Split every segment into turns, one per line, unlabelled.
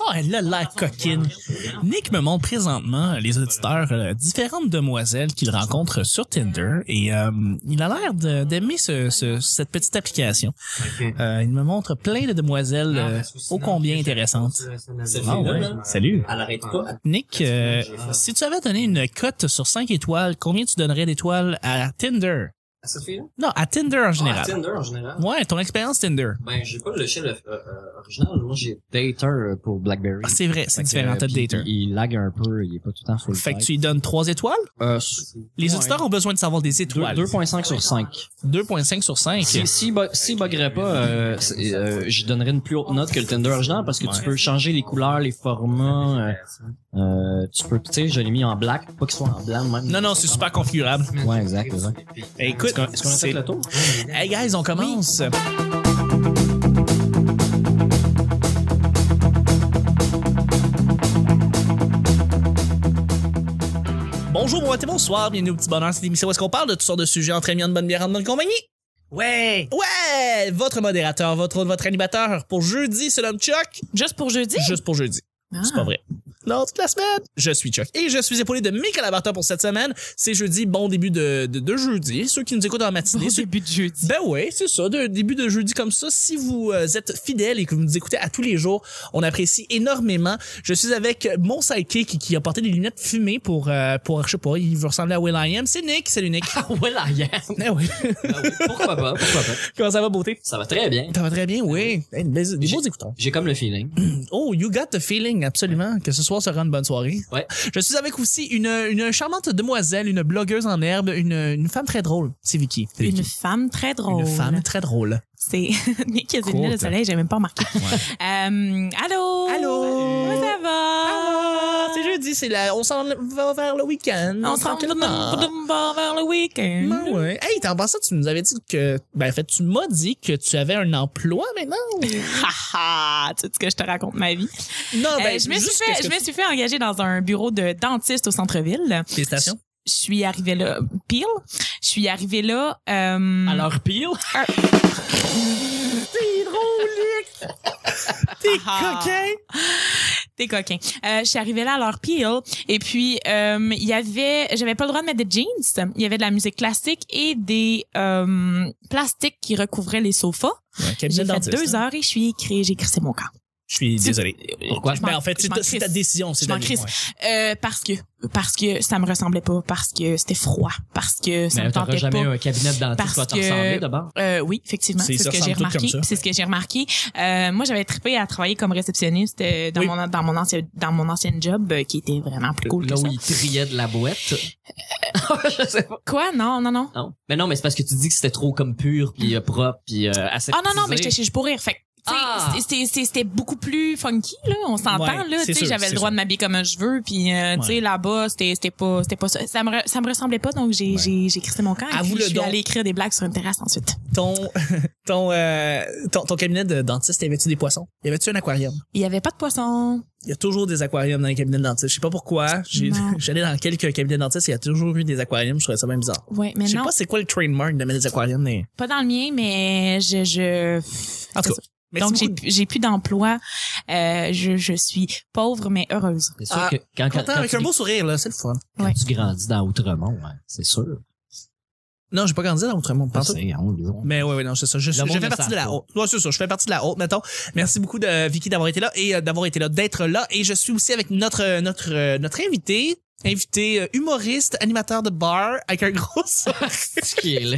Oh, elle a l'air coquine. Nick me montre présentement les auditeurs euh, différentes demoiselles qu'il rencontre sur Tinder et euh, il a l'air de- d'aimer ce- ce- cette petite application. Euh, il me montre plein de demoiselles euh, ô combien intéressantes. Ah ouais, salut.
Elle arrête
Ah,
pas. à-
Nick, euh, si tu avais donné une cote sur 5 étoiles, combien tu donnerais d'étoiles à Tinder?
à cette fille-là?
Non, à Tinder en
Ah, à
général.
Tinder en général.
Ouais, ton expérience Tinder.
Ben, j'ai pas le chef euh, euh, original. Moi, j'ai Dater euh, pour Blackberry.
Ah, C'est vrai, c'est
Fait que, euh,
différent, t'as
puis,
Dater.
Il, il lag un peu, il est pas tout le temps full.
Fait que
type.
tu lui donnes 3 étoiles?
Euh, s-
Les
Ouais.
auditeurs ont besoin de savoir des
deux-
étoiles.
2.5 sur 5.
2.5 sur 5.
Si, si, bug- si buggerait pas, euh, c'est- euh, je donnerais une plus haute note que le Tinder original parce que tu peux changer les couleurs, les formats. euh, euh, tu peux, tu sais, je l'ai mis en black, pas qu'il soit en blanc même.
Non, non, c'est super configurable.
Ouais, exact, exact.
Ben,
Écoute,
Est-ce qu'on a fait le tour?
Hey guys, on commence. Bonjour, bon matin, bonsoir, bienvenue au petit bonheur. C'est l'émission où est-ce qu'on parle de toutes sortes de sujets entre amis, en bonne bière, en bonne compagnie.
Ouais!
Ouais! Votre modérateur, votre hôte, votre animateur pour jeudi, c'est l'homme Chuck.
Juste pour jeudi? Ah.
Juste pour jeudi. C'est pas vrai. Non, toute la semaine. Je suis Chuck. Et je suis épaulé de mes collaborateurs pour cette semaine. C'est jeudi, bon début de, de, de jeudi. Ceux qui nous écoutent en matinée,
Au
ceux
début de jeudi.
ben oui, c'est ça, de début de jeudi comme ça. Si vous euh, êtes fidèle et que vous nous écoutez à tous les jours, on apprécie énormément. Je suis avec mon sidekick qui, qui a porté des lunettes fumées pour, euh, pour je sais pas, il veut ressembler à Will I Am. C'est Nick, salut Nick.
Ah, Ouais, la gamme.
Ah
Eh oui.
Pourquoi pas, pourquoi pas.
Comment ça va, beauté?
Ça va très bien.
Ça va très bien, Ah oui. Hey, des, des beaux écoutons.
J'ai comme le feeling.
Oh, you got the feeling, absolument. Que ce soir sera une bonne soirée.
Ouais.
Je suis avec aussi une, une charmante demoiselle, une blogueuse en herbe, une, une femme très drôle. C'est Vicky. C'est
Une
Vicky.
femme très drôle.
Une femme très drôle.
C'est Nick qui a des
Cool.
lunettes de soleil, j'ai même pas remarqué. Euh, allô?
Allô?
Comment ça va?
Ah, c'est jeudi, c'est là. On s'en va vers le week-end.
On s'en
tranquillement.
va vers le week-end.
Ben ouais. Hey, t'en pensais, tu nous avais dit que. Ben, en fait, tu m'as dit que tu avais un emploi maintenant.
Haha! Tu sais que je te raconte ma vie.
Non, ben,
Euh, je me suis fait, je me
mets
suis fait engager dans un bureau de dentiste au centre-ville.
Félicitations.
Je suis arrivée là, pile. Je suis arrivée là, euh,
Alors, pile?
T'es drôle, Luc! T'es
Ah. T'es coquin. Euh, je suis arrivée là à l'heure pile et puis euh, il y avait, j'avais pas le droit de mettre des jeans. Il y avait de la musique classique et des euh, plastiques qui recouvraient les sofas.
Ouais, cabinet
J'ai fait
dentiste,
deux
hein.
heures et je suis écrit, j'ai crissé mon camp.
Je suis désolé.
Pourquoi?
Je
Ben,
m'en-
en fait,
je
c'est
m'en
ta, c'est ta
crisse.
décision. c'est
Je m'en
ta-
crisse.
ouais.
Euh, parce que parce que ça me ressemblait pas, parce que c'était froid, parce que ça
Mais
me
t'auras
tentait
jamais
pas.
un cabinet de dentiste
Parce
qui va te
que-
ressembler d'abord.
Euh, oui, effectivement,
C'est-
c'est ce
ça
que
ressemble
j'ai
tout comme
remarqué.
ça.
C'est ce que j'ai remarqué. Euh, moi, j'avais trippé à travailler comme réceptionniste euh, dans
Oui.
mon dans mon ancien dans mon ancien job euh, qui était vraiment plus cool
Là
que
où
ça.
il triait de la boîte. je sais pas.
Quoi Non, non, non.
Non. Mais non, mais c'est parce que tu dis que c'était trop comme pur, puis euh, propre, puis euh, aseptisé.
Ah non, non, mais j'étais chez Juste pour rire. Fait que, tu sais,
Ah!
c'était- c'était- c'était beaucoup plus funky, là. On s'entend,
Ouais,
là.
c'est
Tu sais,
sûr,
j'avais
c'est
le droit
sûr.
de m'habiller comme je veux. Puis, euh, tu
Ouais.
sais, là-bas, c'était c'était pas, c'était pas ça. Ça me, re- ça me ressemblait pas, donc j'ai,
Ouais.
j'ai, j'ai crissé mon camp. Et puis,
Avoue-le
je suis
donc.
allée écrire des blagues sur une terrasse ensuite.
Ton, ton, euh, ton, ton cabinet de dentiste, y avait-tu des poissons? Y avait-tu un aquarium?
Il y avait pas de poisson.
Il y a toujours des aquariums dans les cabinets de dentistes. Je sais pas pourquoi. J'ai-
Non.
J'allais dans quelques cabinets de dentistes, il y a toujours eu des aquariums. Je trouvais ça même bizarre.
Ouais, mais
Je sais
non.
pas
Pas...
c'est quoi le trademark de mettre des aquariums. Mais...
dans le mien, mais je, je.
En tout cas, merci
donc, j'ai,
beaucoup.
pu- j'ai plus d'emploi. Euh, je, je suis pauvre, mais heureuse.
C'est sûr
Ah,
que quand, quand,
Content
quand
avec
tu,
un beau sourire, là, c'est le fun.
quand
Ouais.
tu grandis dans Outremont, hein, c'est sûr.
Non, j'ai pas grandi dans Outremont, pas
Je
Ah,
Ah, en tout.
sais, on le voit.
Mais oui, oui, non, c'est ça. Je, suis-
Le monde
je
ne
fais partie
savent
de la
pas.
haute. Ouais, c'est ça. Je fais partie de la haute, mettons. Merci beaucoup, de, Vicky, d'avoir été là et euh, d'avoir été là, d'être là. Et je suis aussi avec notre, euh, notre, euh, notre invité, invité euh, humoriste, animateur de bar, avec un gros sourire.
Ce qui est là.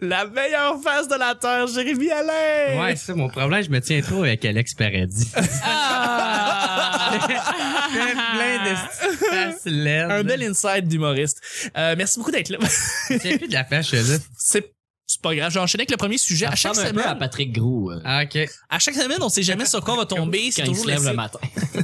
la meilleure face de la Terre, Jérémy Alain.
Ouais, c'est ça, mon problème, je me tiens trop avec Alex Paradis.
Ah!
Ah.
Plein plein de petites faces laides.
Un bel inside d'humoriste. Euh, merci beaucoup d'être là.
Je me tiens plus de la pêche, là.
c'est c'est pas grave, j'enchaîne avec le premier sujet. À chaque,
ressemble un peu à
semaine,
Patrick Gros euh,
Ah, ok.
à chaque semaine, on sait jamais sur quoi on va tomber. C'est
quand il
toujours
se lève
laissé-
le matin.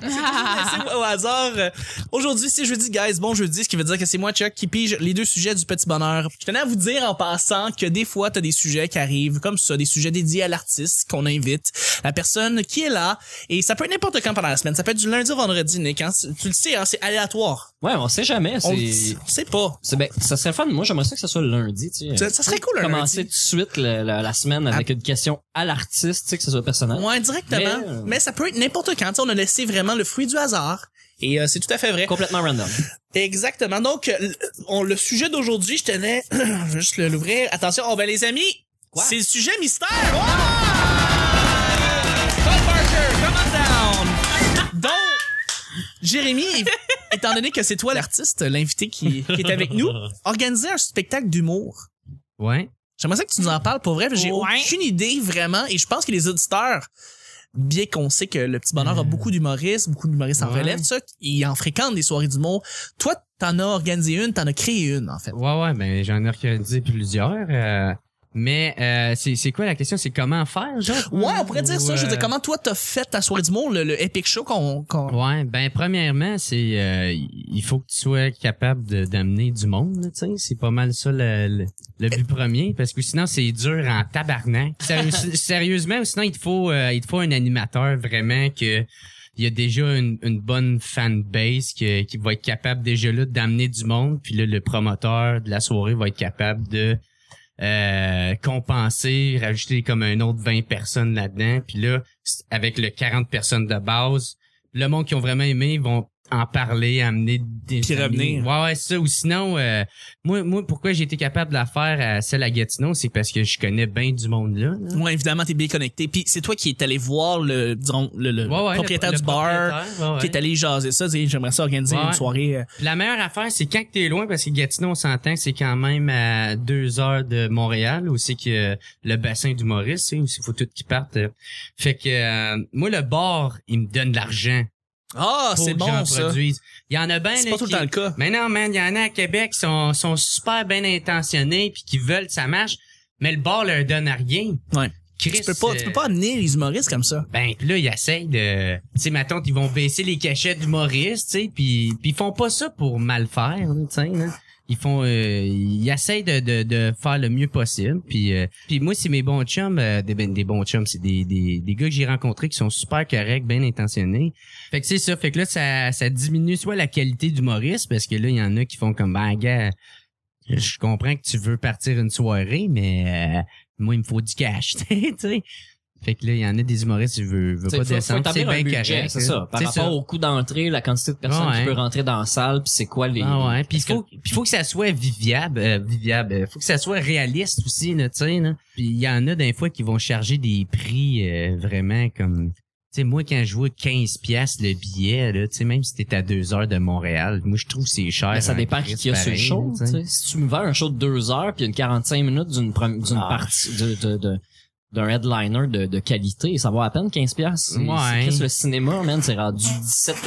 C'est au hasard. Euh, Aujourd'hui, c'est jeudi, guys. Bon jeudi, ce qui veut dire que c'est moi, Chuck, qui pige les deux sujets du petit bonheur. Je tenais à vous dire en passant que des fois, t'as des sujets qui arrivent comme ça, des sujets dédiés à l'artiste qu'on invite, la personne qui est là. Et ça peut être n'importe quand pendant la semaine. Ça peut être du lundi au vendredi, Nick. hein. Tu tu le sais, hein, c'est aléatoire.
Ouais, on sait jamais.
On
C'est,
le sait pas.
c'est ben, ça serait fun. Moi, j'aimerais ça que ça soit le lundi, tu sais.
Ça, ça serait cool, un
commencer
lundi. Ah.
tout de suite la, la- la semaine avec une question à l'artiste, tu sais, que ce soit personnel.
Ouais, directement.
Mais,
Mais,
euh,
ça peut être n'importe quand. Tu sais, on a laissé vraiment le fruit du hasard. Et euh, c'est tout à fait vrai.
Complètement random.
Exactement. Donc, euh, on, le sujet d'aujourd'hui, je tenais je vais juste le- l'ouvrir. Attention, oh ben les amis,
Quoi?
c'est le sujet mystère. Ouais! Scott Parker, come on down. Donc, Jérémy, étant donné que c'est toi l'artiste, l'invité qui, qui est avec nous, organiser un spectacle d'humour.
Ouais.
J'aimerais ça que tu nous en parles pour vrai. parce que J'ai
Ouais.
aucune idée vraiment, et je pense que les auditeurs, bien qu'on sait que le petit bonheur a beaucoup d'humoristes, beaucoup d'humoristes en
Mm. Ouais.
relève, ça, ils en fréquentent des soirées d'humour. Toi, t'en as organisé une, t'en as créé une en fait.
Ouais, ouais, ben j'en ai organisé plusieurs. euh, mais euh, c'est c'est quoi la question? C'est comment faire, genre?
Ouais, on pourrait dire
Ou,
ça. Je veux dire,
euh,
comment toi t'as fait ta soirée d'humour, le, le epic show qu'on, qu'on...
Ouais, ben premièrement, c'est euh, il faut que tu sois capable de- d'amener du monde, là, tu sais, c'est pas mal ça le, le, le but premier parce que sinon c'est dur en tabarnak. Sérieux- sérieusement, sinon il te faut euh, il te faut un animateur vraiment que il y a déjà une, une bonne fanbase que- qui va être capable déjà là d'amener du monde, puis là le promoteur de la soirée va être capable de euh, compenser, rajouter comme un autre 20 personnes là-dedans, puis là c- avec le 40 personnes de base le monde qui ont vraiment aimé ils vont en parler, amener des
Puis
amis.
revenir.
Ouais, ouais, c'est ça. Ou sinon, euh, moi, moi, pourquoi j'ai été capable de la faire à celle à Gatineau, c'est parce que je connais bien du monde là. là.
Ouais, évidemment, t'es bien connecté. Puis c'est toi qui est allé voir le, disons, le, le
Ouais, ouais,
propriétaire
le-
du
le
bar,
propriétaire, ouais,
qui
ouais.
est allé jaser ça, dire j'aimerais ça organiser
Ouais.
une soirée. euh,
Puis La meilleure affaire, c'est quand que t'es loin, parce que Gatineau, on s'entend, que c'est quand même à deux heures de Montréal, où c'est que euh, le bassin du Maurice, tu sais, où il faut tout qui parte. euh. Fait que euh, moi, le bar, il me donne de l'argent.
Ah,
pour
c'est
que j'en
bon ça.
produise. Il y en a bien
C'est
là,
pas tout le
qui-
temps le cas.
Mais non, man, il y en a à Québec qui sont, sont super bien intentionnés puis qui veulent que ça marche, mais le bar leur donne à rien.
Ouais.
Chris,
Tu peux pas, tu
euh,
peux pas amener les humoristes comme ça.
Ben pis là, ils essayent de... Tu sais, ma tante, ils vont baisser les cachets d'humoristes, tu sais, puis puis ils font pas ça pour mal faire, là, tu sais, là. Ils font... euh, ils essayent de, de, de faire le mieux possible, puis euh, puis moi, c'est mes bons chums, euh, des, ben, des bons chums, c'est des, des, des gars que j'ai rencontrés qui sont super corrects, bien intentionnés, fait que c'est ça. Fait que là, ça, ça diminue soit la qualité d'humoriste, parce que là, il y en a qui font comme, ben, gars, je comprends que tu veux partir une soirée, mais euh, moi, il me faut du cash, tu sais. Fait que là, il y en a des humoristes qui veulent, veulent
T'sais,
pas
faut- faut
descendre. C'est
établir un
bien
budget,
correct.
C'est ça. Par
C'est
rapport
ça.
au coût d'entrée, la quantité de personnes
Ouais.
qui peut rentrer dans la salle, puis c'est quoi les.
Ah ouais, puis il
Est-ce que-
faut, puis faut que ça soit viviable, euh, viviable. euh, faut que ça soit réaliste aussi, là, tu sais. là. Puis il y en a des fois qui vont charger des prix euh, vraiment comme... Tu sais, moi, quand je vois 15 piastres le billet, là, tu sais, même si t'es à deux heures de Montréal, moi, je trouve que c'est cher.
Ben, ça
en
dépend
Christ,
qui qu'il y a sur le
pareil,
show.
là, tu sais.
tu sais. Si tu me vends un show de deux heures puis une 45 minutes d'une prom- d'une
Ah.
partie de, de, de- d'un headliner de, de qualité, ça vaut à peine 15 pièces.
Ouais.
le cinéma, man, c'est rendu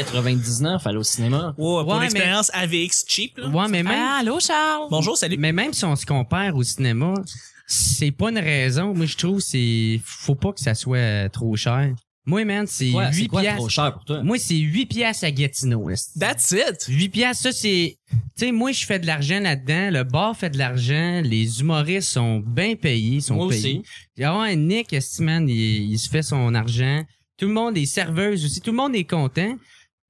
17,99 aller au cinéma.
Ouais, pour
Ouais,
l'expérience AVX cheap. là.
Ouais, mais même,
Ah, allô, Charles?
Bonjour, salut.
mais même si on se compare au cinéma, c'est pas une raison. Moi, je trouve que c'est faut pas que ça soit euh, trop cher. Moi, man, c'est
Ouais, c'est
8
quoi trop
piastres.
cher pour toi?
Moi, c'est 8 piastres à Gatineau. est-ce que-
That's it.
8 piastres, ça, c'est... Tu sais, moi, je fais de l'argent là-dedans. Le bar fait de l'argent. Les humoristes sont bien payés. Sont
Moi
payés. Il y a un Nick, esti, man, il, il se fait son argent. Tout le monde est serveuse aussi. Tout le monde est content.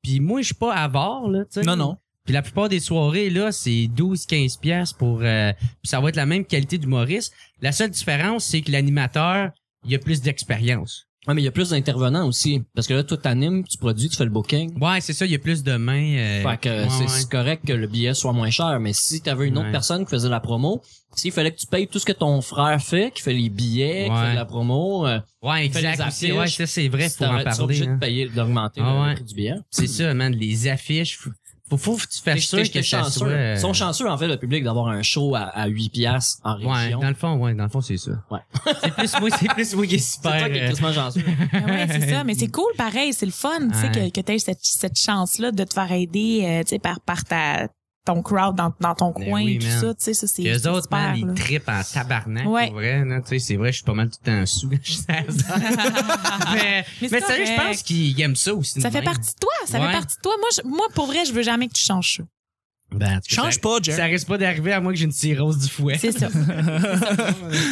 Puis moi, je suis pas avare, là, tu sais.
Non, non.
Puis la plupart des soirées, là, c'est 12-15 piastres pour... euh, puis ça va être la même qualité d'humoriste. La seule différence, c'est que l'animateur, il a plus d'expérience.
Ouais, mais il y a plus d'intervenants aussi. Parce que là, toi, t'animes, tu produis, tu fais le booking.
Ouais, c'est ça, il y a plus de mains. euh,
Fait que
ouais,
c'est
ouais.
c'est correct que le billet soit moins cher, mais si t'avais une autre
Ouais.
personne qui faisait la promo, s'il fallait que tu payes tout ce que ton frère fait, qui fait les billets, qui
Ouais.
fait la promo, euh,
Ouais,
Fais les
exact. aussi.
affiches.
Ouais, ça, c'est vrai,
si
faut
t'aurais-
en
tu serais
parler.
obligé
hein.
de payer, d'augmenter
Ah
le
ouais.
prix du billet.
C'est ça, man, les affiches. Faut, faut, faut que tu fasses
T'es-
sûr
t'es-
que
t'es
ça
chanceux.
soit... euh,
Ils sont chanceux, en fait, le public, d'avoir un show à, à 8 piastres en
Ouais,
région.
dans le fond, ouais, dans le fond, c'est ça.
Ouais.
c'est plus moi, c'est plus moi qui est
c'est
super.
toi qui es
euh,
tristement chanceux.
Ah ouais, c'est ça. Mais c'est cool, pareil. C'est le fun, tu sais,
Ouais.
que, que t'aies cette, cette chance-là de te faire aider, euh, tu sais, par, par ta, ton crowd dans, dans ton
Ben
coin
oui,
et tout
man.
ça, tu sais, ça, c'est.
Les
c'est
autres,
super,
man, ils
là.
trippent en tabarnak,
Ouais.
pour vrai. là. Tu sais, c'est vrai, je suis pas mal tout le temps sous quand je suis à la- Mais, mais,
c'est
sérieux, je
correct.
pense qu'ils aiment ça aussi.
Ça
de
fait
même.
partie de toi, ça fait
Ouais.
partie de toi. Moi, je- moi, pour vrai, je veux jamais que tu changes ça.
Ben, en tout cas,
Change
ça-
pas, Jer.
Ça risque pas d'arriver à moi que j'ai une cirrhose du fouet.
C'est ça.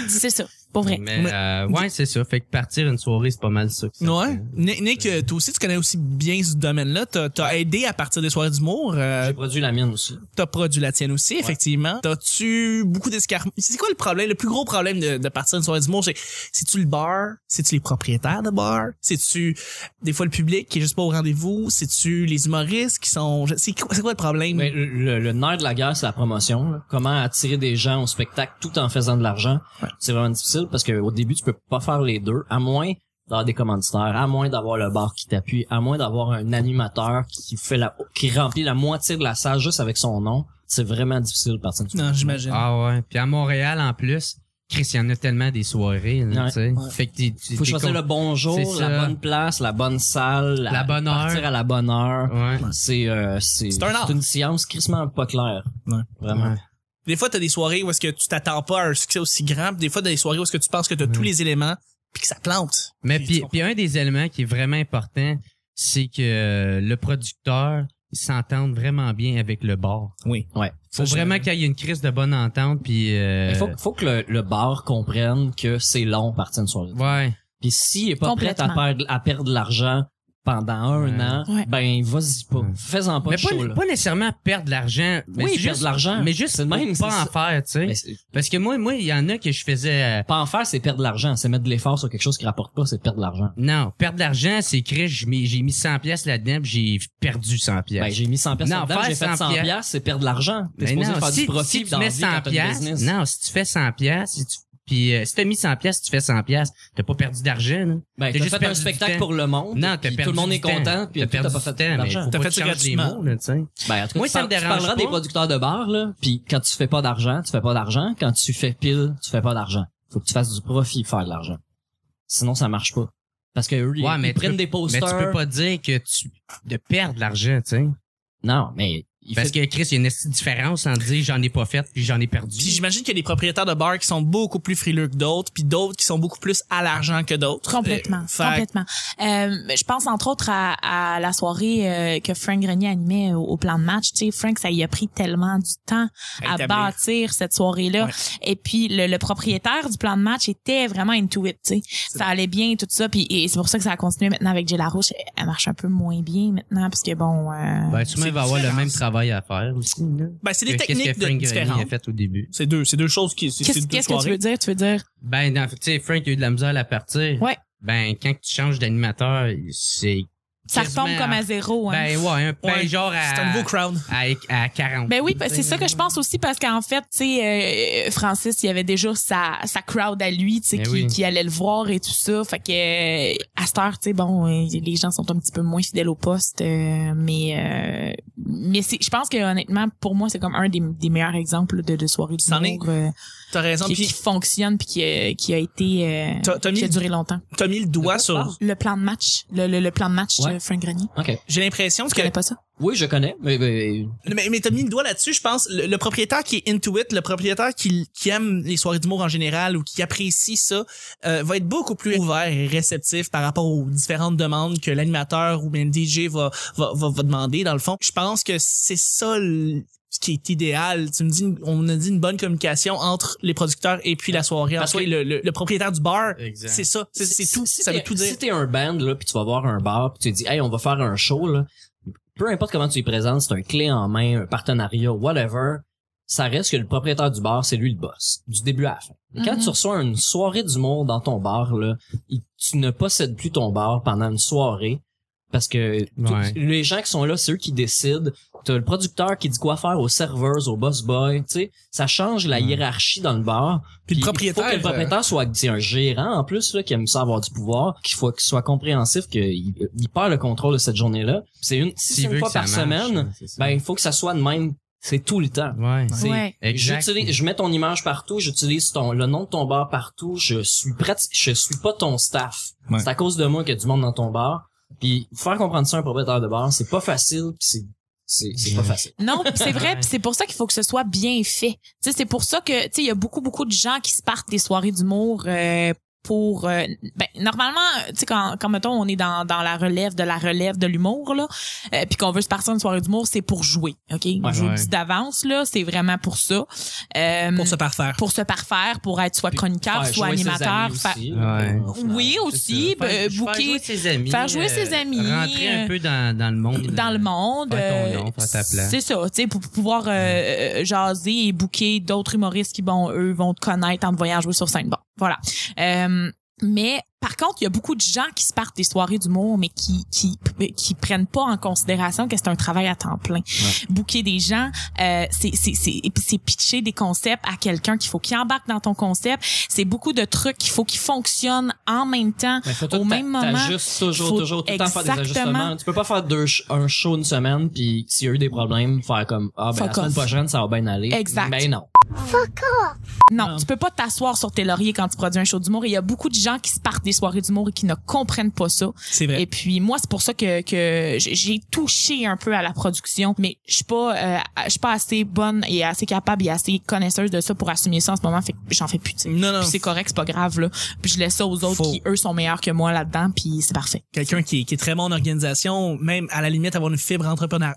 c'est ça. Pour vrai.
Mais, euh, ouais, c'est ça. Fait que partir une soirée, c'est pas mal ça. que ça
Ouais.
fait.
Nick, Nick, euh, toi aussi, tu connais aussi bien ce domaine-là. T'as, t'as aidé à partir des soirées d'humour. Euh,
J'ai produit la mienne aussi.
t'as produit la tienne aussi, effectivement. T'as-tu beaucoup d'escarments? C'est quoi le problème? Le plus gros problème de, de partir d'une soirée d'humour, c'est, c'est-tu le bar? C'est-tu les propriétaires de bar? C'est-tu, des fois, le public qui est juste pas au rendez-vous? C'est-tu les humoristes qui sont, c'est quoi, c'est quoi le problème?
Mais le, le nerf de la guerre, c'est la promotion. là. Comment attirer des gens au spectacle tout en faisant de l'argent, c'est vraiment difficile parce qu'au début, tu peux pas faire les deux, à moins d'avoir des commanditaires, à moins d'avoir le bar qui t'appuie, à moins d'avoir un animateur qui fait la, qui remplit la moitié de la salle juste avec son nom. C'est vraiment difficile de partir. du-
non, j'imagine.
Ah ouais. Puis à Montréal, en plus, Chris, il y en a tellement des soirées, là,
Ouais.
tu sais.
Ouais.
Fait que t'es- t'es-
Faut
t'es
choisir
con-
le bon jour,
C'est
la
ça.
bonne place, la bonne salle,
La bonne heure.
partir à la bonne heure.
Ouais.
C'est euh, c'est
C'est un art.
c'est une science crissement pas claire.
Ouais.
Vraiment.
Ouais.
Des fois, t'as des soirées où est-ce que tu t'attends pas à un succès aussi grand, puis des fois, t'as des soirées où est-ce que tu penses que
Mm.
t'as tous les éléments, puis que ça plante.
Mais
Puis
puis,
tu comprends.
puis un des éléments qui est vraiment important, c'est que euh, le producteur il s'entende vraiment bien avec le bar.
Oui.
Ouais.
Faut
Ça,
vraiment qu'il y ait une crise de bonne entente puis euh,
Il faut, faut que le, le bar comprenne que c'est long partir une soirée.
ouais.
Puis s'il est pas prêt à
Complètement.
perdre, à perdre de l'argent pendant un
Ouais.
an,
Ouais.
ben vas-y pas.
Ouais.
Fais-en pas
mais
de
pas,
show, là.
pas nécessairement perdre de l'argent,
oui,
mais c'est
perdre
juste
de l'argent.
mais juste
C'est le même,
même, pas en
c'est
faire, tu sais.
Mais c'est-
Parce que moi moi il y en a que je faisais euh,
pas en faire, c'est perdre de l'argent. C'est mettre de l'effort sur quelque chose qui rapporte pas, c'est perdre de l'argent.
non, perdre de l'argent, c'est Chris, j'ai mis- j'ai mis 100 pièces là-dedans, puis j'ai perdu 100 pièces.
Ben, j'ai mis 100 pièces
Non,
dedans,
faire
j'ai fait 100
100
pièces, c'est perdre de l'argent. Ben, T'es
Mais
supposé
non,
faire
si,
du profit
si tu
dans
mets
la vie quand
100
t'as une
piastres,
business.
non, si tu fais 100 pièces, si tu puis euh, si t'as mis 100 pièces, tu fais 100 pièces, t'as pas perdu d'argent. là.
Ben,
t'as
t'as
juste
fait un
perdu du
spectacle
temps.
pour le monde.
Non, t'as
puis
perdu
Tout le monde
du
est
temps.
content, puis
t'as
t'as
perdu
pas
du
fait
temps, mais
d'argent.
faut
T'as
pas
fait
que
ça
tu changes les
gratuitement.
mots, là, tu sais.
Ben, en tout cas,
Moi,
tu
ça me
parles- tu
dérange
parleras
pas.
des producteurs de bar, là, puis quand tu fais pas d'argent, tu fais pas d'argent. Quand tu fais pile, tu fais pas d'argent. Faut que tu fasses du profit pour faire de l'argent. Sinon, ça marche pas. Parce que eux, ils,
Ouais, mais
ils
tu
prennent
peux-
des
Mais
posters.
tu peux pas dire que tu de perdre de l'argent, tu sais.
Non, mais ils
Parce
font-
que Chris, il y a une petite différence entre dire j'en ai pas fait puis j'en ai perdu.
Puis j'imagine qu'il y a des propriétaires de bars qui sont beaucoup plus frileux que d'autres, puis d'autres qui sont beaucoup plus à l'argent que d'autres.
Complètement,
Euh, fait que-
complètement. Euh, je pense entre autres à, à la soirée euh, que Frank Grenier animait au, au plan de match. Tu sais, Frank, ça y a pris tellement du temps
À
à,
établir.
bâtir cette soirée-là.
Ouais.
Et puis le, le propriétaire du plan de match était vraiment into it. tu sais. Ça allait bien tout ça. Puis et c'est pour ça que ça a continué maintenant avec Jay Larouche. Elle marche un peu moins bien maintenant parce que bon. euh,
Ben, sûrement, il va avoir le même travail à faire aussi, là.
Ben, c'est des
Que-
techniques
Euh, Qu'est-ce que
de-
Frank Grenier a
différentes.
fait au début?
C'est deux, c'est deux choses qui, c'est c'est
Qu'est-ce
deux
qu'est-ce que tu
soirées.
veux dire Tu veux dire
Ben, dans- tu sais, Frank a eu de la misère à la partir.
Ouais.
Ben, quand tu changes d'animateur, c'est...
ça
quasiment
retombe comme à zéro. hein.
Ben, ouais, un ben,
Ouais.
genre à...
C'est un nouveau crowd.
à, à 40.
Ben oui, parce- c'est ça que je pense aussi parce qu'en fait, tu sais, euh, Francis, il y avait déjà sa, sa crowd à lui, tu sais,
Ben
qui,
oui.
qui allait le voir et tout ça. Fait que euh, à cette heure, tu sais, bon, euh, les gens sont un petit peu moins fidèles au poste, euh, mais euh, mais c'est, je pense que honnêtement, pour moi, c'est comme un des, des meilleurs exemples de, de soirée
C'en est.
d'humour euh,
T'as raison.
qui, qui
Puis
fonctionne puis qui, euh, qui a été euh,
T'as- t'as
qui a
mis-
duré longtemps.
t'as mis le doigt
parle.
sur.
Le plan de match, le, le, le plan de match,
Ouais.
de Frank Grenier.
OK.
J'ai l'impression
Tu
que
connais pas ça?
Oui, je connais, mais, mais-
Mais, mais t'as mis le doigt là-dessus, je pense. Le, le propriétaire qui est into it, le propriétaire qui, qui aime les soirées d'humour en général ou qui apprécie ça, euh, va être beaucoup plus ouvert et réceptif par rapport aux différentes demandes que l'animateur ou bien le DJ va, va, va, va demander, dans le fond. Je pense que c'est ça le- ce qui est idéal. Tu me dis, une- on a dit une bonne communication entre les producteurs et puis la soirée,
Parce
entre
que-
le, le, le propriétaire du bar.
Exact.
C'est ça, c'est c'est tout.
Si
ça
t'es-
veut tout dire.
Si t'es un band, là, puis tu vas voir un bar, puis tu dis, hey, on va faire un show, là. Peu importe comment tu y présentes, c'est un clé en main, un partenariat, whatever. Ça reste que le propriétaire du bar, c'est lui le boss. Du début à la fin. Mais quand
Mm-hmm.
Mhm.
tu reçois une soirée d'humour dans ton bar, là, il- tu ne possèdes plus ton bar pendant une soirée. Parce que tout-
Ouais.
les gens qui sont là, c'est eux qui décident. T'as le producteur qui dit quoi faire aux serveurs, aux boss boys, tu sais. Ça change la
Ouais.
hiérarchie dans le bar.
Puis le
il faut
propriétaire, euh,
que le propriétaire soit c'est un gérant en plus là, qui aime ça avoir du pouvoir, qu'il faut qu'il soit compréhensif, qu'il il perd le contrôle de cette journée-là. C'est une si
S'il
c'est une
veut
fois
que ça
par
marche,
semaine,
hein, c'est ça.
ben il faut que ça soit de même. C'est tout le temps.
ouais.
C'est-
Ouais.
Exact.
J'utilise- Je mets ton image partout, j'utilise ton le nom de ton bar partout. Je suis prati- je suis pas ton staff.
Ouais.
C'est à cause de moi qu'il y a du monde dans ton bar. Puis faire comprendre ça à un propriétaire de bar, c'est pas facile. Puis c'est c'est c'est pas
Ouais.
facile.
Non, pis c'est vrai,
Ouais.
pis c'est pour ça qu'il faut que ce soit bien fait. Tu sais, c'est pour ça que tu sais il y a beaucoup beaucoup de gens qui se partent des soirées d'humour euh, pour euh, ben, normalement tu sais quand, quand mettons on est dans, dans la relève de la relève de l'humour là euh, puis qu'on veut se partir une soirée d'humour c'est pour jouer ok je vous le
ouais.
dis d'avance là c'est vraiment pour ça Euh,
pour se parfaire.
pour se parfaire pour être soit chroniqueur
Faire
soit
jouer ses
animateur
amis
fa-
aussi, euh,
Ouais.
au final.
oui aussi euh,
Faire- faire jouer
booker
ses amis.
faire jouer ses amis,
Rentrer un
euh,
peu dans, dans le monde.
dans le monde.
Fais ton
euh,
nom, fais ta place.
C'est ça, tu sais, pour pouvoir euh, euh, jaser et booker d'autres humoristes qui, bon, eux, vont te connaître en te voyant jouer sur scène. Bon, voilà. Euh, mais par contre, il y a beaucoup de gens qui se partent des soirées d'humour, mais qui qui qui prennent pas en considération que c'est un travail à temps plein. Booker des gens, euh, c'est c'est c'est et puis c'est pitcher des concepts à quelqu'un qu'il faut qu'il embarque dans ton concept. C'est beaucoup de trucs qu'il faut qu'il fonctionne en même temps.
Mais faut
Au
tout-
même
t'a-
moment,
t'ajustes toujours,
faut
toujours, tout le temps faire des ajustements.
exactement-
Tu peux pas faire deux, sh- un show une semaine, puis s'il y a eu des problèmes, faire comme, ah, ben,
Fuck
la semaine
off.
prochaine, ça va bien aller.
Exact.
Ben, non.
Non,
Non.
tu peux pas t'asseoir sur tes lauriers quand tu produis un show d'humour. Et Il y a beaucoup de gens qui se partent des soirées d'humour et qui ne comprennent pas ça.
C'est vrai.
Et puis moi, c'est pour ça que, que j- j'ai touché un peu à la production, mais je suis pas euh, je suis pas assez bonne et assez capable et assez connaisseuse de ça pour assumer ça en ce moment. Fait que j'en fais plus. tu sais.
Non, non.
Puis c'est correct, c'est pas grave là. Puis je laisse ça aux autres
Faut.
qui eux sont meilleurs que moi là-dedans, puis c'est parfait.
Quelqu'un qui, est- qui est très bon en organisation, même à la limite avoir une fibre entrepreneur,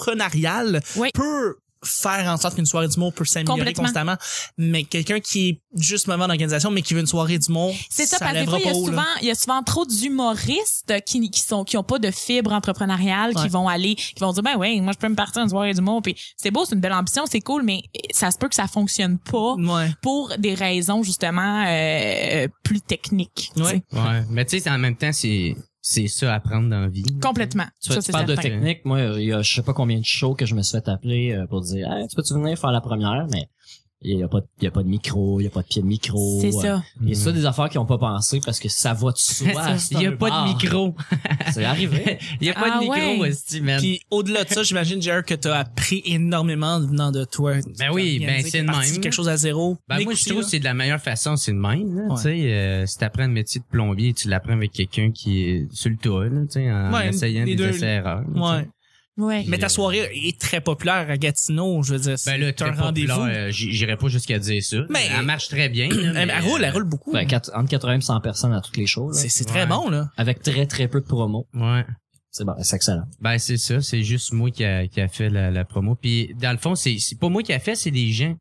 entrepreneuriale,
Oui.
peut faire en sorte qu'une soirée d'humour peut s'améliorer
Complètement.
constamment. Mais quelqu'un qui est juste mauvais en organisation, mais qui veut une soirée d'humour,
C'est ça, parce que des
lèvera
fois, il y a
pas haut, là.
souvent, il y a souvent trop d'humoristes qui, qui sont, qui ont pas de fibre entrepreneuriale,
Ouais.
qui vont aller, qui vont dire, ben ouais, moi, je peux me partir une soirée du monde, puis c'est beau, c'est une belle ambition, c'est cool, mais ça se peut que ça fonctionne pas
Ouais.
pour des raisons, justement, euh, euh, plus techniques. tu
Ouais.
sais.
Ouais. Mais tu sais, en même temps, c'est, c'est ça à prendre dans la vie.
Complètement.
Tu,
ça,
tu
c'est
parles de
certain.
technique. Moi, il y a je sais pas combien de shows que je me suis fait appeler euh, pour dire, hey, tu peux-tu venir faire la première? Mais il y a pas, de- il y a pas de micro, il y a pas de pied de micro.
C'est
Euh,
ça.
Et ça, des affaires qui ont pas pensé parce que ça va de soi.
Il n'y a pas de micro.
C'est arrivé.
Il n'y a
Ah
pas de micro,
ouais.
esti, man.
Puis au-delà de ça, j'imagine, Jair, que t'as appris énormément en venant de toi.
Ben oui, ben
Organiser,
c'est le
partir
même.
quelque chose à zéro.
Ben moi, je
L'écouter,
trouve que c'est de la meilleure façon, c'est de même. là.
Ouais.
Tu sais, euh, si t'apprends le métier de plombier, tu l'apprends avec quelqu'un qui est sur le toit, là, tu sais, en
Ouais,
essayant
les
des
deux. là.
essais-erreurs. là, tu sais.
Ouais.
Ouais.
Mais ta soirée est très populaire à Gatineau, je veux dire.
Ben là,
c'est
très
un rendez-vous.
populaire, euh, j- j'irai pas jusqu'à dire ça.
Mais-
elle marche très bien. là,
Elle,
mais-
elle roule, elle roule beaucoup.
Ben, quatre- entre 80 et 100 personnes à toutes les shows. là.
c'est c'est très
Ouais.
bon, là.
Avec très, très peu de promos.
euh, Ouais.
C'est bon, c'est excellent.
Ben c'est ça, c'est juste moi qui a, qui a fait la, la promo. Puis dans le fond, c'est c'est pas moi qui a fait, c'est les gens,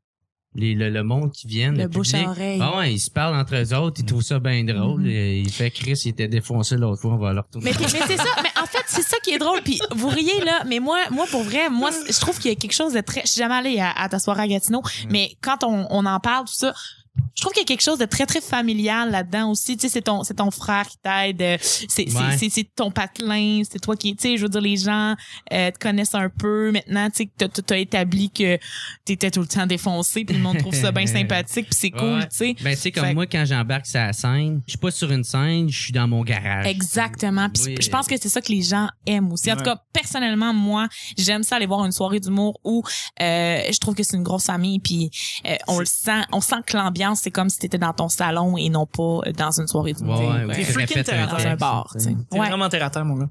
les, le, le monde qui viennent, le,
Le bouche à
public.
oreille.
Ah ouais, ils se parlent entre eux autres, ils trouvent ça bien
Mm-hmm.
drôle.
Mhm.
Et Il fait Chris, il était défoncé l'autre fois, on va leur retourner.
Mais, t'es- mais c'est ça. Mais en fait, c'est ça qui est drôle. Puis vous riez là, mais moi, moi pour vrai, moi, c- je trouve qu'il y a quelque chose de très. Je suis jamais allée à, à ta soirée à Gatineau,
Mm.
mais quand on, on en parle tout ça. Je trouve qu'il y a quelque chose de très très familial là-dedans aussi. Tu sais, c'est ton c'est ton frère qui t'aide, euh, c'est c'est-
Ouais.
c'est- c'est ton patelin, c'est toi qui, tu sais, je veux dire les gens euh, te connaissent un peu maintenant. Tu sais, que t'as- t'as t'as établi que t'étais tout le temps défoncé, puis le monde trouve ça bien sympathique, puis c'est cool,
Ouais.
tu sais.
Ben, tu sais, comme
Fait-
moi, quand j'embarque sur la scène, je suis pas sur une scène, je suis dans mon garage.
Exactement. Puis
Oui.
je pense que c'est ça que les gens aiment aussi. En tout cas, personnellement, moi, j'aime ça aller voir une soirée d'humour où euh, je trouve que c'est une grosse famille. Puis euh, on le sent, on sent que l'ambiance c'est comme si t'étais dans ton salon et non pas euh, dans une soirée d'humour.
Ouais, ouais, ouais.
T'es
Je
freaking
répète un
terrasse.
Dans un
texte. Ben,
bar, tu sais.
T'es
Ouais.
vraiment terre à terre, mon gars.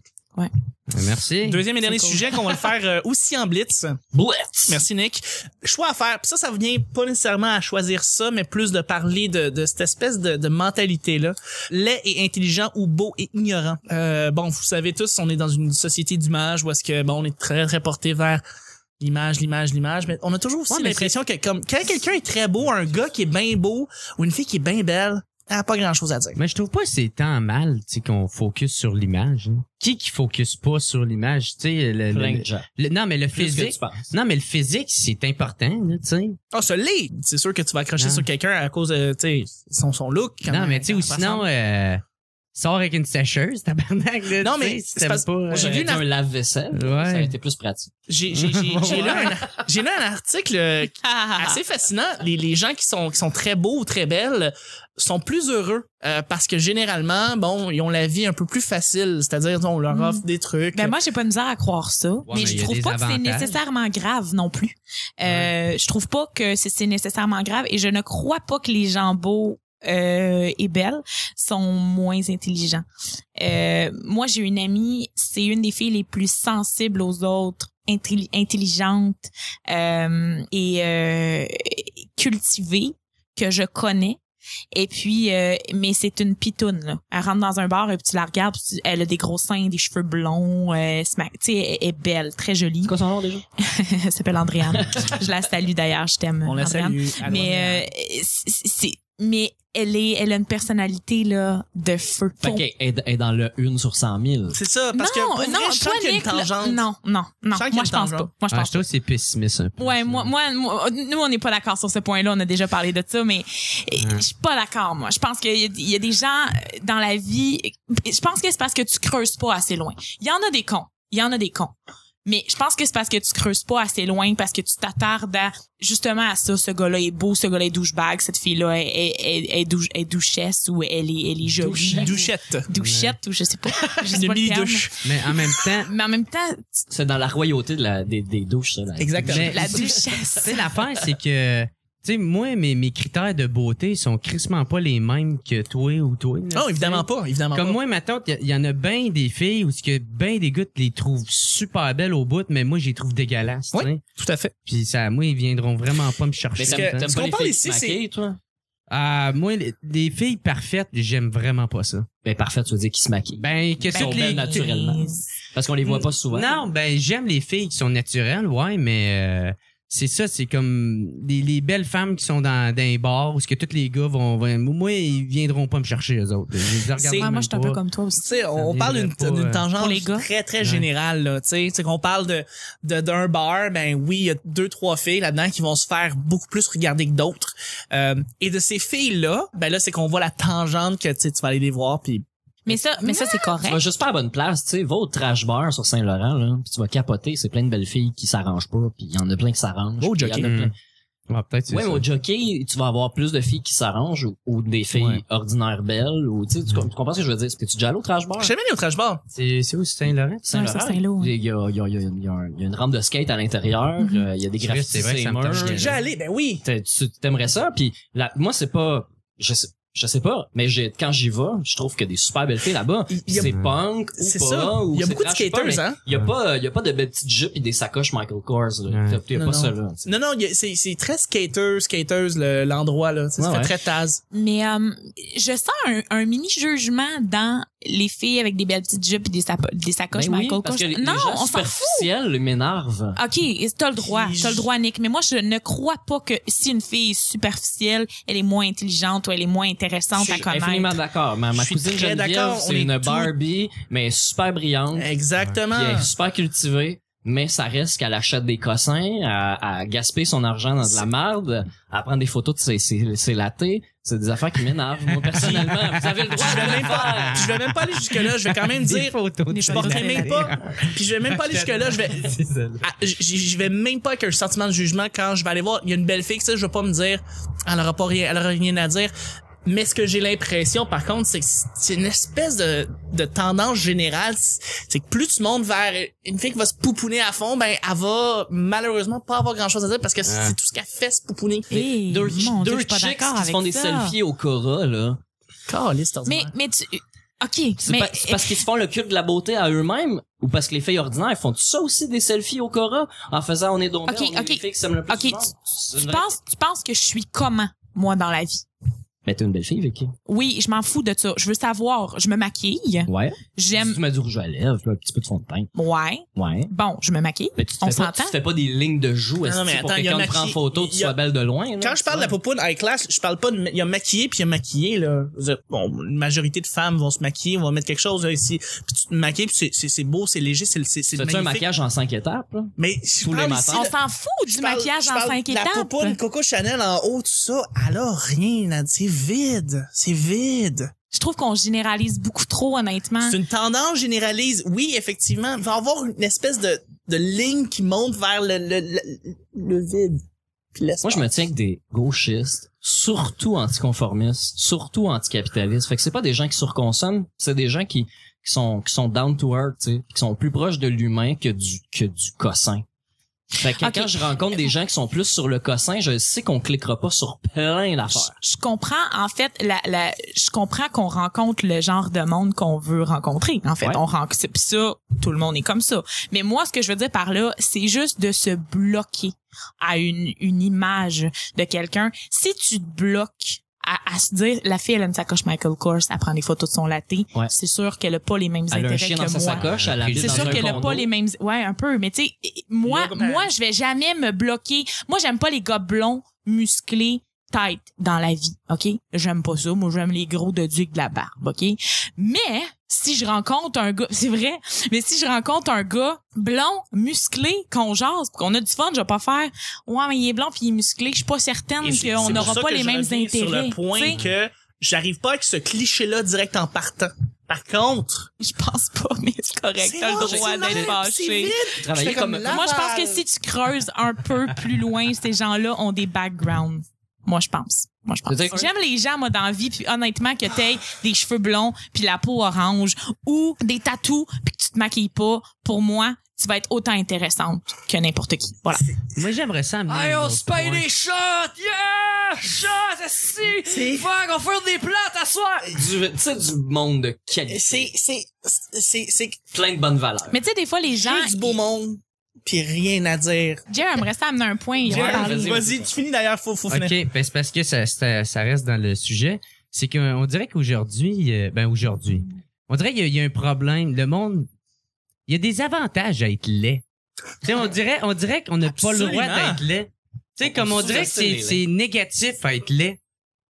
Merci.
Deuxième et dernier
cool.
sujet qu'on va le faire euh, aussi en blitz.
Blitz!
Merci Nick. Choix à faire. Puis ça, ça vient pas nécessairement à choisir ça, mais plus de parler de, de cette espèce de, de mentalité-là. Laid et intelligent ou beau et ignorant. Euh, bon, vous savez tous, on est dans une société d'image où est-ce que bon, on est très très porté vers l'image, l'image, l'image, mais on a toujours aussi
Ouais, mais
l'impression que comme quand quelqu'un est très beau, un gars qui est bien beau ou une fille qui est bien belle, elle a pas grand-chose à dire.
Mais je trouve pas que c'est tant mal, tu sais, qu'on focus sur l'image. hein. Qui qui focus pas sur l'image, tu sais, le- le-
Plein
le-
de gens.
le- non, mais le
Plus que
physique.
tu penses.
Non, mais le physique, c'est important, là, tu sais.
Ah, se l'est. C'est sûr que tu vas accrocher
Non.
sur quelqu'un à cause de tu sais, son son look. quand
Non,
même,
mais tu sais, ou
quand elle
sinon, euh, sors avec une sécheuse, tabarnak, là,
Non,
tu sais,
mais
si
c'est
t'aimes
parce-
pas... euh,
j'ai
J'ai
vu
vu
une-
un lave-vaisselle. Ça a
Ouais.
été plus pratique.
J'ai j'ai- j'ai- j'ai lu un j'ai lu un article euh, assez fascinant. Les, les gens qui sont qui sont très beaux ou très belles sont plus heureux euh, parce que généralement bon ils ont la vie un peu plus facile, c'est-à-dire on leur
Mm.
offre des trucs.
Ben moi, j'ai pas de misère à croire ça, mais,
mais il y
je
a
trouve
des
pas que c'est
avantages.
nécessairement grave non plus. Euh, Je trouve pas que c'est- c'est nécessairement grave et je ne crois pas que les gens beaux euh, et belles sont moins intelligents. Euh, moi, j'ai une amie, c'est une des filles les plus sensibles aux autres, intelli- intelligente euh, et euh, cultivée que je connais. Et puis, euh, mais c'est une pitoune. Là. Elle rentre dans un bar et puis tu la regardes. puis tu- elle a des gros seins, des cheveux blonds. Euh, c'est ma- tu sais, elle est belle, très jolie.
C'est quoi son nom déjà?
elle s'appelle Andréane. je la salue d'ailleurs. Je t'aime.
On la
Andréane.
salue. hein. Allô, Andréane.
Mais euh, c'est- c'est mais elle est elle a une personnalité là de feu.
Fait qu'elle est, est dans le 1 sur 100 000.
c'est ça, parce que
non,
pour
non,
vrai, je sens
toi,
qu'il y a une
Nick, là,
tangente.
non, non,
Je
non.
sens qu'il y a
Moi
une
je pense pas.
tangente.
Moi je
Ah,
pense
je trouve que c'est pessimiste un peu.
Ouais,
ça.
moi, moi, moi- nous, on n'est pas d'accord sur ce point-là. On a déjà parlé de ça, mais euh, je suis pas d'accord, moi. Je pense qu'il y, a- il y a des gens euh, dans la vie. Je pense que c'est parce que tu creuses pas assez loin. Il y en a des cons. Il y en a des cons. Mais je pense que c'est parce que tu creuses pas assez loin, parce que tu t'attardes à, justement à ça. Ce gars-là est beau, ce gars-là est douchebag, cette fille-là est, est, est, est douche- est douchesse ou elle est, elle est jolie.
Douchette.
Douchette ou je sais pas. Je sais
Une
pas le terme.
mini-douche.
Mais en même temps,
Mais en même temps,
C'est dans la royauté de la, des, des douches, ça. là.
Exactement.
Mais-
la
Tu
douchesse.
sais, l'affaire, c'est que, tu sais, moi, mes, mes critères de beauté sont crissement pas les mêmes que toi ou toi. là,
Non, évidemment pas, évidemment
Comme
pas.
moi, ma tante, il y, en a bien des filles où bien des gars qui les trouvent super belles au bout, mais moi, je les trouve dégueulasses.
Oui.
tu sais.
Tout à fait.
Puis ça, moi, ils viendront vraiment pas me
Mais
chercher.
Parce que-
t'aimes-
tu sais.
t'aimes
ce
pas
qu'on
les
parle
filles
ici,
maquillées, toi?
Ah, moi, les, les filles parfaites, j'aime vraiment pas ça.
Ben, parfait, tu veux dire qu'ils se maquillent.
Ben, que
sont
toutes
belles
les...
naturellement. Parce qu'on les voit pas souvent.
Non, ben, j'aime les filles qui sont naturelles, ouais, mais... euh, c'est ça, c'est comme les, les belles femmes qui sont dans, dans un bar où ce que tous les gars vont, vont- Moi, ils viendront pas me chercher, eux autres. Je les regarde
C'est-
Ouais,
même
moi, je suis un peu
pas.
comme toi aussi.
Tu sais, on, on
vient
parle
de
d'une
pas,
d'une
euh,
tangente
Pour les gars.
très très
Ouais.
générale là, tu sais, tu sais qu'on parle de de- d'un bar, ben oui, il y a deux trois filles là-dedans qui vont se faire beaucoup plus regarder que d'autres. Euh, et de ces filles là, ben là c'est qu'on voit la tangente que tu sais, tu vas aller les voir puis
Mais ça, mais ça c'est
Tu
correct.
vas juste pas à la bonne place, tu sais. Va au trash bar sur Saint-Laurent, là, puis tu vas capoter. C'est plein de belles filles qui s'arrangent pas, puis il y en a plein qui s'arrangent.
Va au
puis il y en a
jockey.
plein-
Ouais, Hmm. Ah, peut-être c'est
Ouais, mais
ça.
au jockey, tu vas avoir plus de filles qui s'arrangent ou, ou des filles
Ouais.
ordinaires belles ou tu sais, tu, com- tu comprends ce que je veux dire? Parce que tu déjà allé au trash bar?
je sais même aller au trash bar.
C'est c'est où c'est Saint-Laurent?
Saint-Laurent.
Ouais, sur Saint-Lô, hein. ouais.
Il y a, il y a- il y a une- il y a un- il y a une rampe de skate à l'intérieur,
Mhm.
euh, il y a des
C'est vrai,
graffitis
c'est vrai que
sur
ça
les
me
murs.
touche déjà.
Déjà allé, ben oui.
T'as- tu t'aimerais ça puis la- moi c'est pas je sais je sais pas mais j'ai quand j'y vais je trouve qu'il y a des super belles filles là-bas
Il- il y a-
Mm.
c'est punk ou
C'est
pas
ça.
ou
Il y a
c'est
beaucoup de
trash, je sais pas,
skaters
mais
hein.
il y a pas il y a pas de belles petites jupes et des sacoches Michael Kors là.
Ouais.
T'as- il y a
Non,
pas
non.
ça là
Non non, il y a- c'est c'est très skater, skateuse le- l'endroit là, c'est
Ouais, ouais.
très taz.
Mais euh, je sens un, un mini jugement dans les filles avec des belles petites jupes et des, sapo- des sacoches
Ben oui,
Michael
parce
Kors.
que les,
non,
les gens
on s'en fout.
superficiels m'énervent
OK, t'as le droit, t'as le droit, Nick. Mais moi, je ne crois pas que si une fille est superficielle, elle est moins intelligente ou elle est moins
Je
intéressante à
suis
connaître.
infiniment d'accord. Ma, ma
Je suis
cousine
très
Geneviève,
d'accord, on
c'est
est
une
tout-
Barbie, mais elle est super brillante.
Exactement.
Puis
Ah.
elle est super cultivée, mais ça reste qu'elle achète des cossins, à, gaspiller son argent dans de la
C'est-
merde, à prendre des photos de ses, ses, ses latés. C'est des affaires qui m'énervent, moi, personnellement. Vous avez le droit
Je
de
vais même
le
pas,
faire.
je vais même pas aller jusque là, je vais quand même
Des
dire
photos de
je porterai même pas. Puis je vais même pas aller jusque là, je vais
Désolé.
Ah, j- j- je vais même pas avec un sentiment de jugement quand je vais aller voir il y a une belle fille que ça je vais pas me dire elle aura pas rien elle aura rien à dire mais ce que j'ai l'impression par contre c'est que c'est une espèce de, de tendance générale c'est que plus tu montes vers une fille qui va se pouponner à fond ben elle va malheureusement pas avoir grand chose à dire parce que c'est
Ouais.
tout ce qu'elle fait se pouponner
Hey,
Deux,
mon
deux
Dieu, je suis pas
chicks
d'accord
qui se
avec
font des
ça.
selfies au Cora, là.
Caliste, ordinaire.
Mais, mais tu... euh, OK,
C'est
mais...
pas- c'est parce qu'ils se font le cul de la beauté à eux-mêmes ou parce que les filles ordinaires font ça aussi des selfies au Cora en faisant on est donc
Ok,
bien, on est
ok.
les filles qui s'aiment le plus
Ok,
au monde. C'est une
tu
vraie-
penses, tu penses que je suis comment, moi, dans la vie?
Mais t'es une belle fille, Vicky.
Oui, je m'en fous de ça. Je veux savoir. Je me maquille.
Ouais.
J'aime...
Tu mets du rouge à lèvres, là, un petit peu de fond de teint.
Ouais.
Ouais.
Bon, je me maquille.
Mais tu te,
On
fais pas, tu
s'entend?
te fais pas des lignes de joues
Non, non, mais
esti, pour
attends,
que
il y a
quand tu
maki-
prends en photo, tu
il y a-
sois belle de loin. là,
quand je
tu
parle de la
vois.
popoune high class, je parle pas de, il y a maquillé puis il y a maquillé là. Je veux dire, Bon, une majorité de femmes vont se maquiller, vont mettre quelque chose là, ici. Puis tu te maquilles, puis c'est- c'est c'est beau, c'est léger, c'est c'est c'est
Fais-tu un
magnifique.
maquillage en cinq étapes? là?
Mais je
Tous les
parle
matins.
ici
On
de-
s'en fout
je
du
parle-
maquillage
je
en
parle
cinq
de La
étapes.
popoune Coco Chanel en haut, tout ça, elle a rien. à dire. C'est vide, c'est vide.
Je trouve qu'on généralise beaucoup trop, honnêtement.
C'est une tendance généralise. Oui, effectivement, il va y avoir une espèce de de ligne qui monte vers le le le, le vide. Puis l'espace.
Moi, je me tiens avec des gauchistes, surtout anticonformistes, surtout anticapitalistes. Fait que c'est pas des gens qui surconsomment, c'est des gens qui, qui sont qui sont down to earth, tu sais, qui sont plus proches de l'humain que du que du cossin. Fait que
Ok.
quand je rencontre des gens qui sont plus sur le cossin, je sais qu'on cliquera pas sur plein d'affaires.
Je, je comprends, en fait, la, la, je comprends qu'on rencontre le genre de monde qu'on veut rencontrer. En fait,
Ouais.
on rencontre pis ça, tout le monde est comme ça. Mais moi, ce que je veux dire par là, c'est juste de se bloquer à une, une image de quelqu'un. Si tu te bloques à, à se dire, la fille, elle aime sa coche Michael Kors, elle prend des photos de son latte.
Ouais.
C'est sûr qu'elle a pas les mêmes
Elle a un
intérêts
chien
que
dans sa
moi.
sacoche, elle a
C'est sûr qu'elle a pas les mêmes. Ouais, un peu. Mais tu sais, moi,
Yo, man.
moi, je vais jamais me bloquer. Moi, j'aime pas les gars blonds, musclés, tight dans la vie. OK? J'aime pas ça. Moi, j'aime les gros de Dieu avec de la barbe. OK? Mais, si je rencontre un gars, c'est vrai, mais si je rencontre un gars blond, musclé, qu'on jase, pis qu'on a du fun, je vais pas faire, ouais, mais il est blond puis il est musclé. Je suis pas certaine
Et c'est-
qu'on
c'est
n'aura
pour ça
pas
que
les
je
mêmes
reviens
intérêts.
Sur le point
tu sais.
que j'arrive pas avec ce cliché-là direct en partant. Par contre,
Je pense pas, mais c'est correct. T'as le droit d'être fâché.
Travailler
J'étais comme
comme,
là.
Moi, je pense que si tu creuses un peu plus loin, ces gens-là ont des backgrounds. Moi, je pense. Moi, je pense.
C'est-à-dire que-
J'aime les gens, moi, dans la vie, puis honnêtement, que t'aies des cheveux blonds, puis la peau orange, ou des tatous, puis que tu te maquilles pas, pour moi, tu vas être autant intéressante que n'importe qui. Voilà.
Moi, j'aimerais ça amener.
Hey,
un
on
autre
se paye
point.
des shots! Yeah!
Ah,
Shots, assis! Fuck, on va faire des plates à soir!
du, tu sais, du monde de qualité.
c'est, c'est, c'est, c'est
Plein de bonnes valeurs.
Mais tu sais, des fois, les gens.
juste du beau monde, puis rien à dire.
Jay aimerait ça amener un point. Il va
Jerry,
parler.
vas-y.
Vas-y, tu finis d'ailleurs, faut, faut finir.
OK, ben c'est parce que ça, ça, ça reste dans le sujet. C'est qu'on on dirait qu'aujourd'hui, euh, ben aujourd'hui, on dirait qu'il y a- il y, a un problème. Le monde, il y a des avantages à être laid. Tu sais, on dirait, on dirait qu'on n'a pas le droit
Absolument.
d'être laid. Tu sais,
On
comme on
peut
dirait que c'est,
sous-estimer,
c'est négatif à être laid.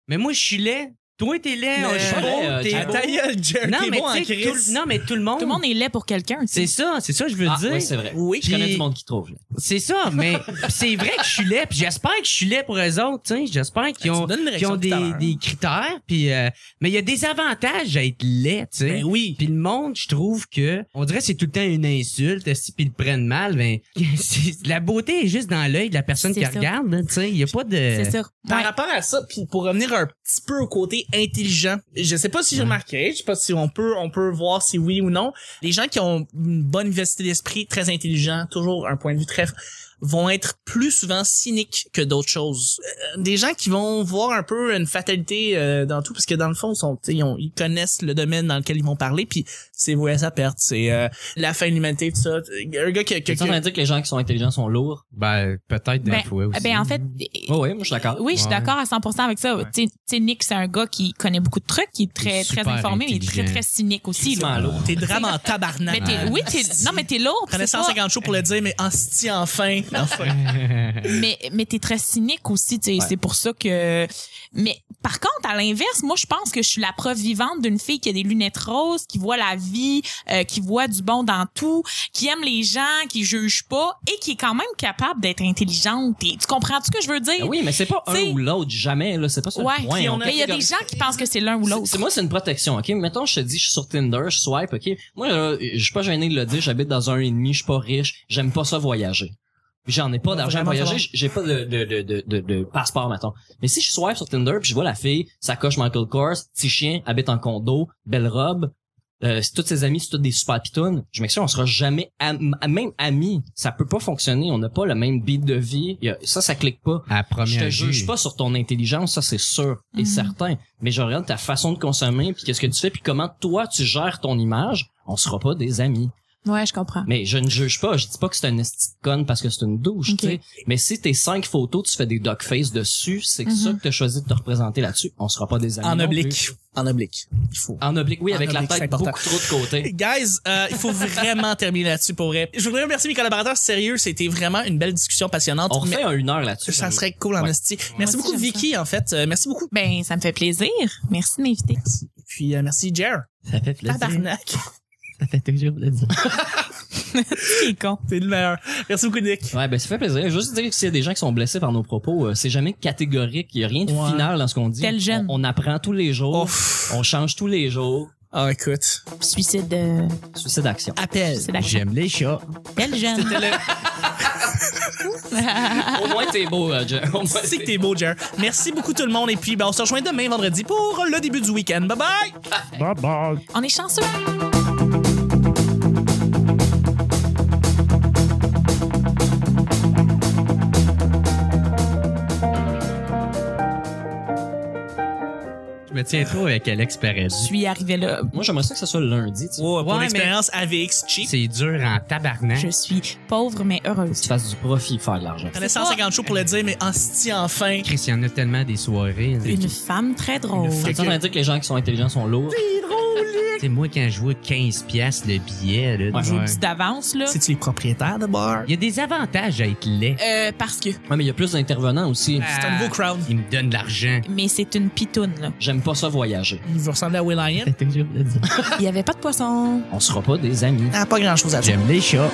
Mais moi, je suis laid. Toi, t'es laid.
Mais-
je suis
pas
beau,
laid, euh,
t'es
Jay.
Ah,
beau.
Ta gueule, Jerry,
Non,
t'es
mais
bon en
tu sais,
crise.
tout, non, mais tout le monde.
Tout le monde est laid pour quelqu'un, tu sais.
C'est ça, c'est ça que je veux
Ah,
dire.
oui, c'est vrai.
Oui.
Je connais
Puis-
du monde qui trouve. là.
C'est ça, mais c'est vrai que je suis laid, puis j'espère que je suis laid pour eux autres, tu sais. J'espère qu'ils
Tu
ont,
me donnes une
qui
réaction
ont
tout à
des,
l'heure.
des critères, puis euh, mais il y a des avantages à être laid, tu sais.
Ben oui.
Puis le monde, je trouve que on dirait que c'est tout le temps une insulte, si puis ils le prennent mal, ben c'est- la beauté est juste dans l'œil de la personne
C'est
qui
ça.
regarde, hein, tu sais. Il y a pas de
C'est ça.
Par
Ouais.
rapport à ça, puis pour revenir un petit peu au côté intelligent, je sais pas si j'ai remarqué, je sais pas si on peut, on peut voir si oui ou non. Les gens qui ont une bonne vivacité d'esprit, très intelligents, toujours un point de vue très, vont être plus souvent cyniques que d'autres choses. Euh, Des gens qui vont voir un peu une fatalité euh, dans tout, parce que dans le fond, ils sont, tu sais, ils, ont- ils connaissent le domaine dans lequel ils vont parler, puis c'est voué à sa perte, c'est euh, la fin de l'humanité, tout ça. Un gars qui, qui-
Tu es en
qui-
train de dire que les gens qui sont intelligents sont lourds?
ben peut-être des
Ben,
fois aussi.
ben, en fait,
Oui, oui, moi, je suis d'accord.
Oui, je suis
Ouais.
d'accord à 100% avec ça. Tu sais- tu sais, Nick, c'est un gars qui connaît beaucoup de trucs, qui est très,
Super
très informé, mais très,
intelligent.
très cynique aussi.
Tristement
Là.
lourd.
T'es drame en tabarnak.
Mais t'es, oui, t'es, non, mais t'es lourd.
Prenais
c'est pas-
150 jours pour le dire, mais en sti enfin. Enfin.
mais, mais t'es très cynique aussi, tu sais.
Ouais.
C'est pour ça que, mais par contre, à l'inverse, moi, je pense que je suis la preuve vivante d'une fille qui a des lunettes roses, qui voit la vie, euh, qui voit du bon dans tout, qui aime les gens, qui juge pas et qui est quand même capable d'être intelligente. Et tu comprends ce que je veux dire?
Ah oui, mais c'est pas un
T'sais-
ou l'autre, jamais, là. C'est pas ça
Ouais.
le point.
Puis on
On
a-
Mais il y a des gens qui pensent que c'est l'un ou l'autre.
C'est- c'est- Moi, c'est une protection, OK? Mettons, je te dis, je suis sur Tinder, je swipe, OK? Moi, là, je suis pas gêné de le dire, j'habite dans un et demi, je suis pas riche, j'aime pas ça voyager. J'en ai pas d'argent à
Vraiment,
voyager,
vraiment.
j- j'ai pas de, de, de, de, de, de passeport, mettons. Mais si je swipe sur Tinder, puis je vois la fille, sa coche Michael Kors, petit chien, habite en condo, belle robe, euh, si toutes ses amies, c'est toutes des super pitounes, je m'excuse, on sera jamais am- même amis. Ça peut pas fonctionner, on n'a pas le même beat de vie, Il y a- ça, ça clique pas.
à la
Je
première
te juge
vue.
pas sur ton intelligence, ça c'est sûr et
Mhm.
certain. Mais je regarde ta façon de consommer, puis qu'est-ce que tu fais, puis comment toi tu gères ton image. On sera pas des amis.
Ouais, je comprends.
Mais je ne juge pas. Je dis pas que c'est un esti de conne parce que c'est une douche,
Ok.
tu sais. Mais si tes cinq photos, tu fais des dog face dessus, c'est
Mhm.
ça que t'as choisi de te représenter là-dessus. On sera pas des amis.
En
non
oblique. En oblique. Il faut.
plus. En oblique, oui,
En
avec
oblique,
la
c'est
tête
important.
beaucoup trop de côté.
Guys, euh, il faut vraiment terminer là-dessus pour vrai. Je voudrais remercier mes collaborateurs sérieux. C'était vraiment une belle discussion passionnante.
On
mais
refait un une heure là-dessus.
ça serait cool en
Ouais.
esti. Merci
Moi aussi,
beaucoup
j'aime
Vicky en fait. Euh, merci beaucoup.
Ben, ça me fait plaisir. Merci de m'inviter.
Et Puis euh, merci Jer.
Ça fait plaisir.
Tabarnak.
Ça fait toujours plaisir.
C'est con.
T'es le meilleur. Merci beaucoup Nick.
Ouais, ben ça fait plaisir. Juste dire que s'il y a des gens qui sont blessés par nos propos, euh, c'est jamais catégorique. Il y a rien de
Ouais.
final dans ce qu'on dit.
Tel jeune.
On, on apprend tous les jours.
Ouf.
On change tous les jours.
Ah écoute.
Suicide, euh,
Suicide d'action.
Appel.
suicide d'action.
J'aime les chats.
Belle jeune.
Ah. Au moins, t'es beau, Roger. Au moins,
C'est que t'es beau Jer. Merci beaucoup tout le monde et puis ben on se rejoint demain vendredi pour le début du week-end. Bye bye.
Bye bye.
On est chanceux.
Je me retiens trop avec Alex Perez.
Je suis arrivée là.
Moi, j'aimerais ça que ce soit le lundi, tu sais.
Ouais, pour
Ouais,
l'expérience AVX cheap.
C'est dur en tabarnak.
Je suis pauvre mais
Que
heureuse.
Tu fasses du profit, faire de l'argent.
On a 150 shows pour le dire, mais en sti enfin.
Chris, il y en a tellement des soirées. là.
Une femme très drôle.
Une
T'es en train de dire que les gens qui sont intelligents sont lourds.
C'est moi quand je vois 15 piastres le billet. Là,
Ouais.
tu
J'ai
vois.
dit d'avance, là.
C'est-tu les propriétaires de bar?
Il y a des avantages à être laid.
Euh, parce que.
Ouais, mais il y a plus d'intervenants aussi.
C'est un nouveau crowd.
Il me donne de l'argent.
Mais c'est une pitoune, là.
J'aime pas ça voyager.
Il veut ressembler à Will I Am.
Il y avait pas de poisson.
On sera pas des amis.
Ah, pas grand chose à dire.
J'aime les chats.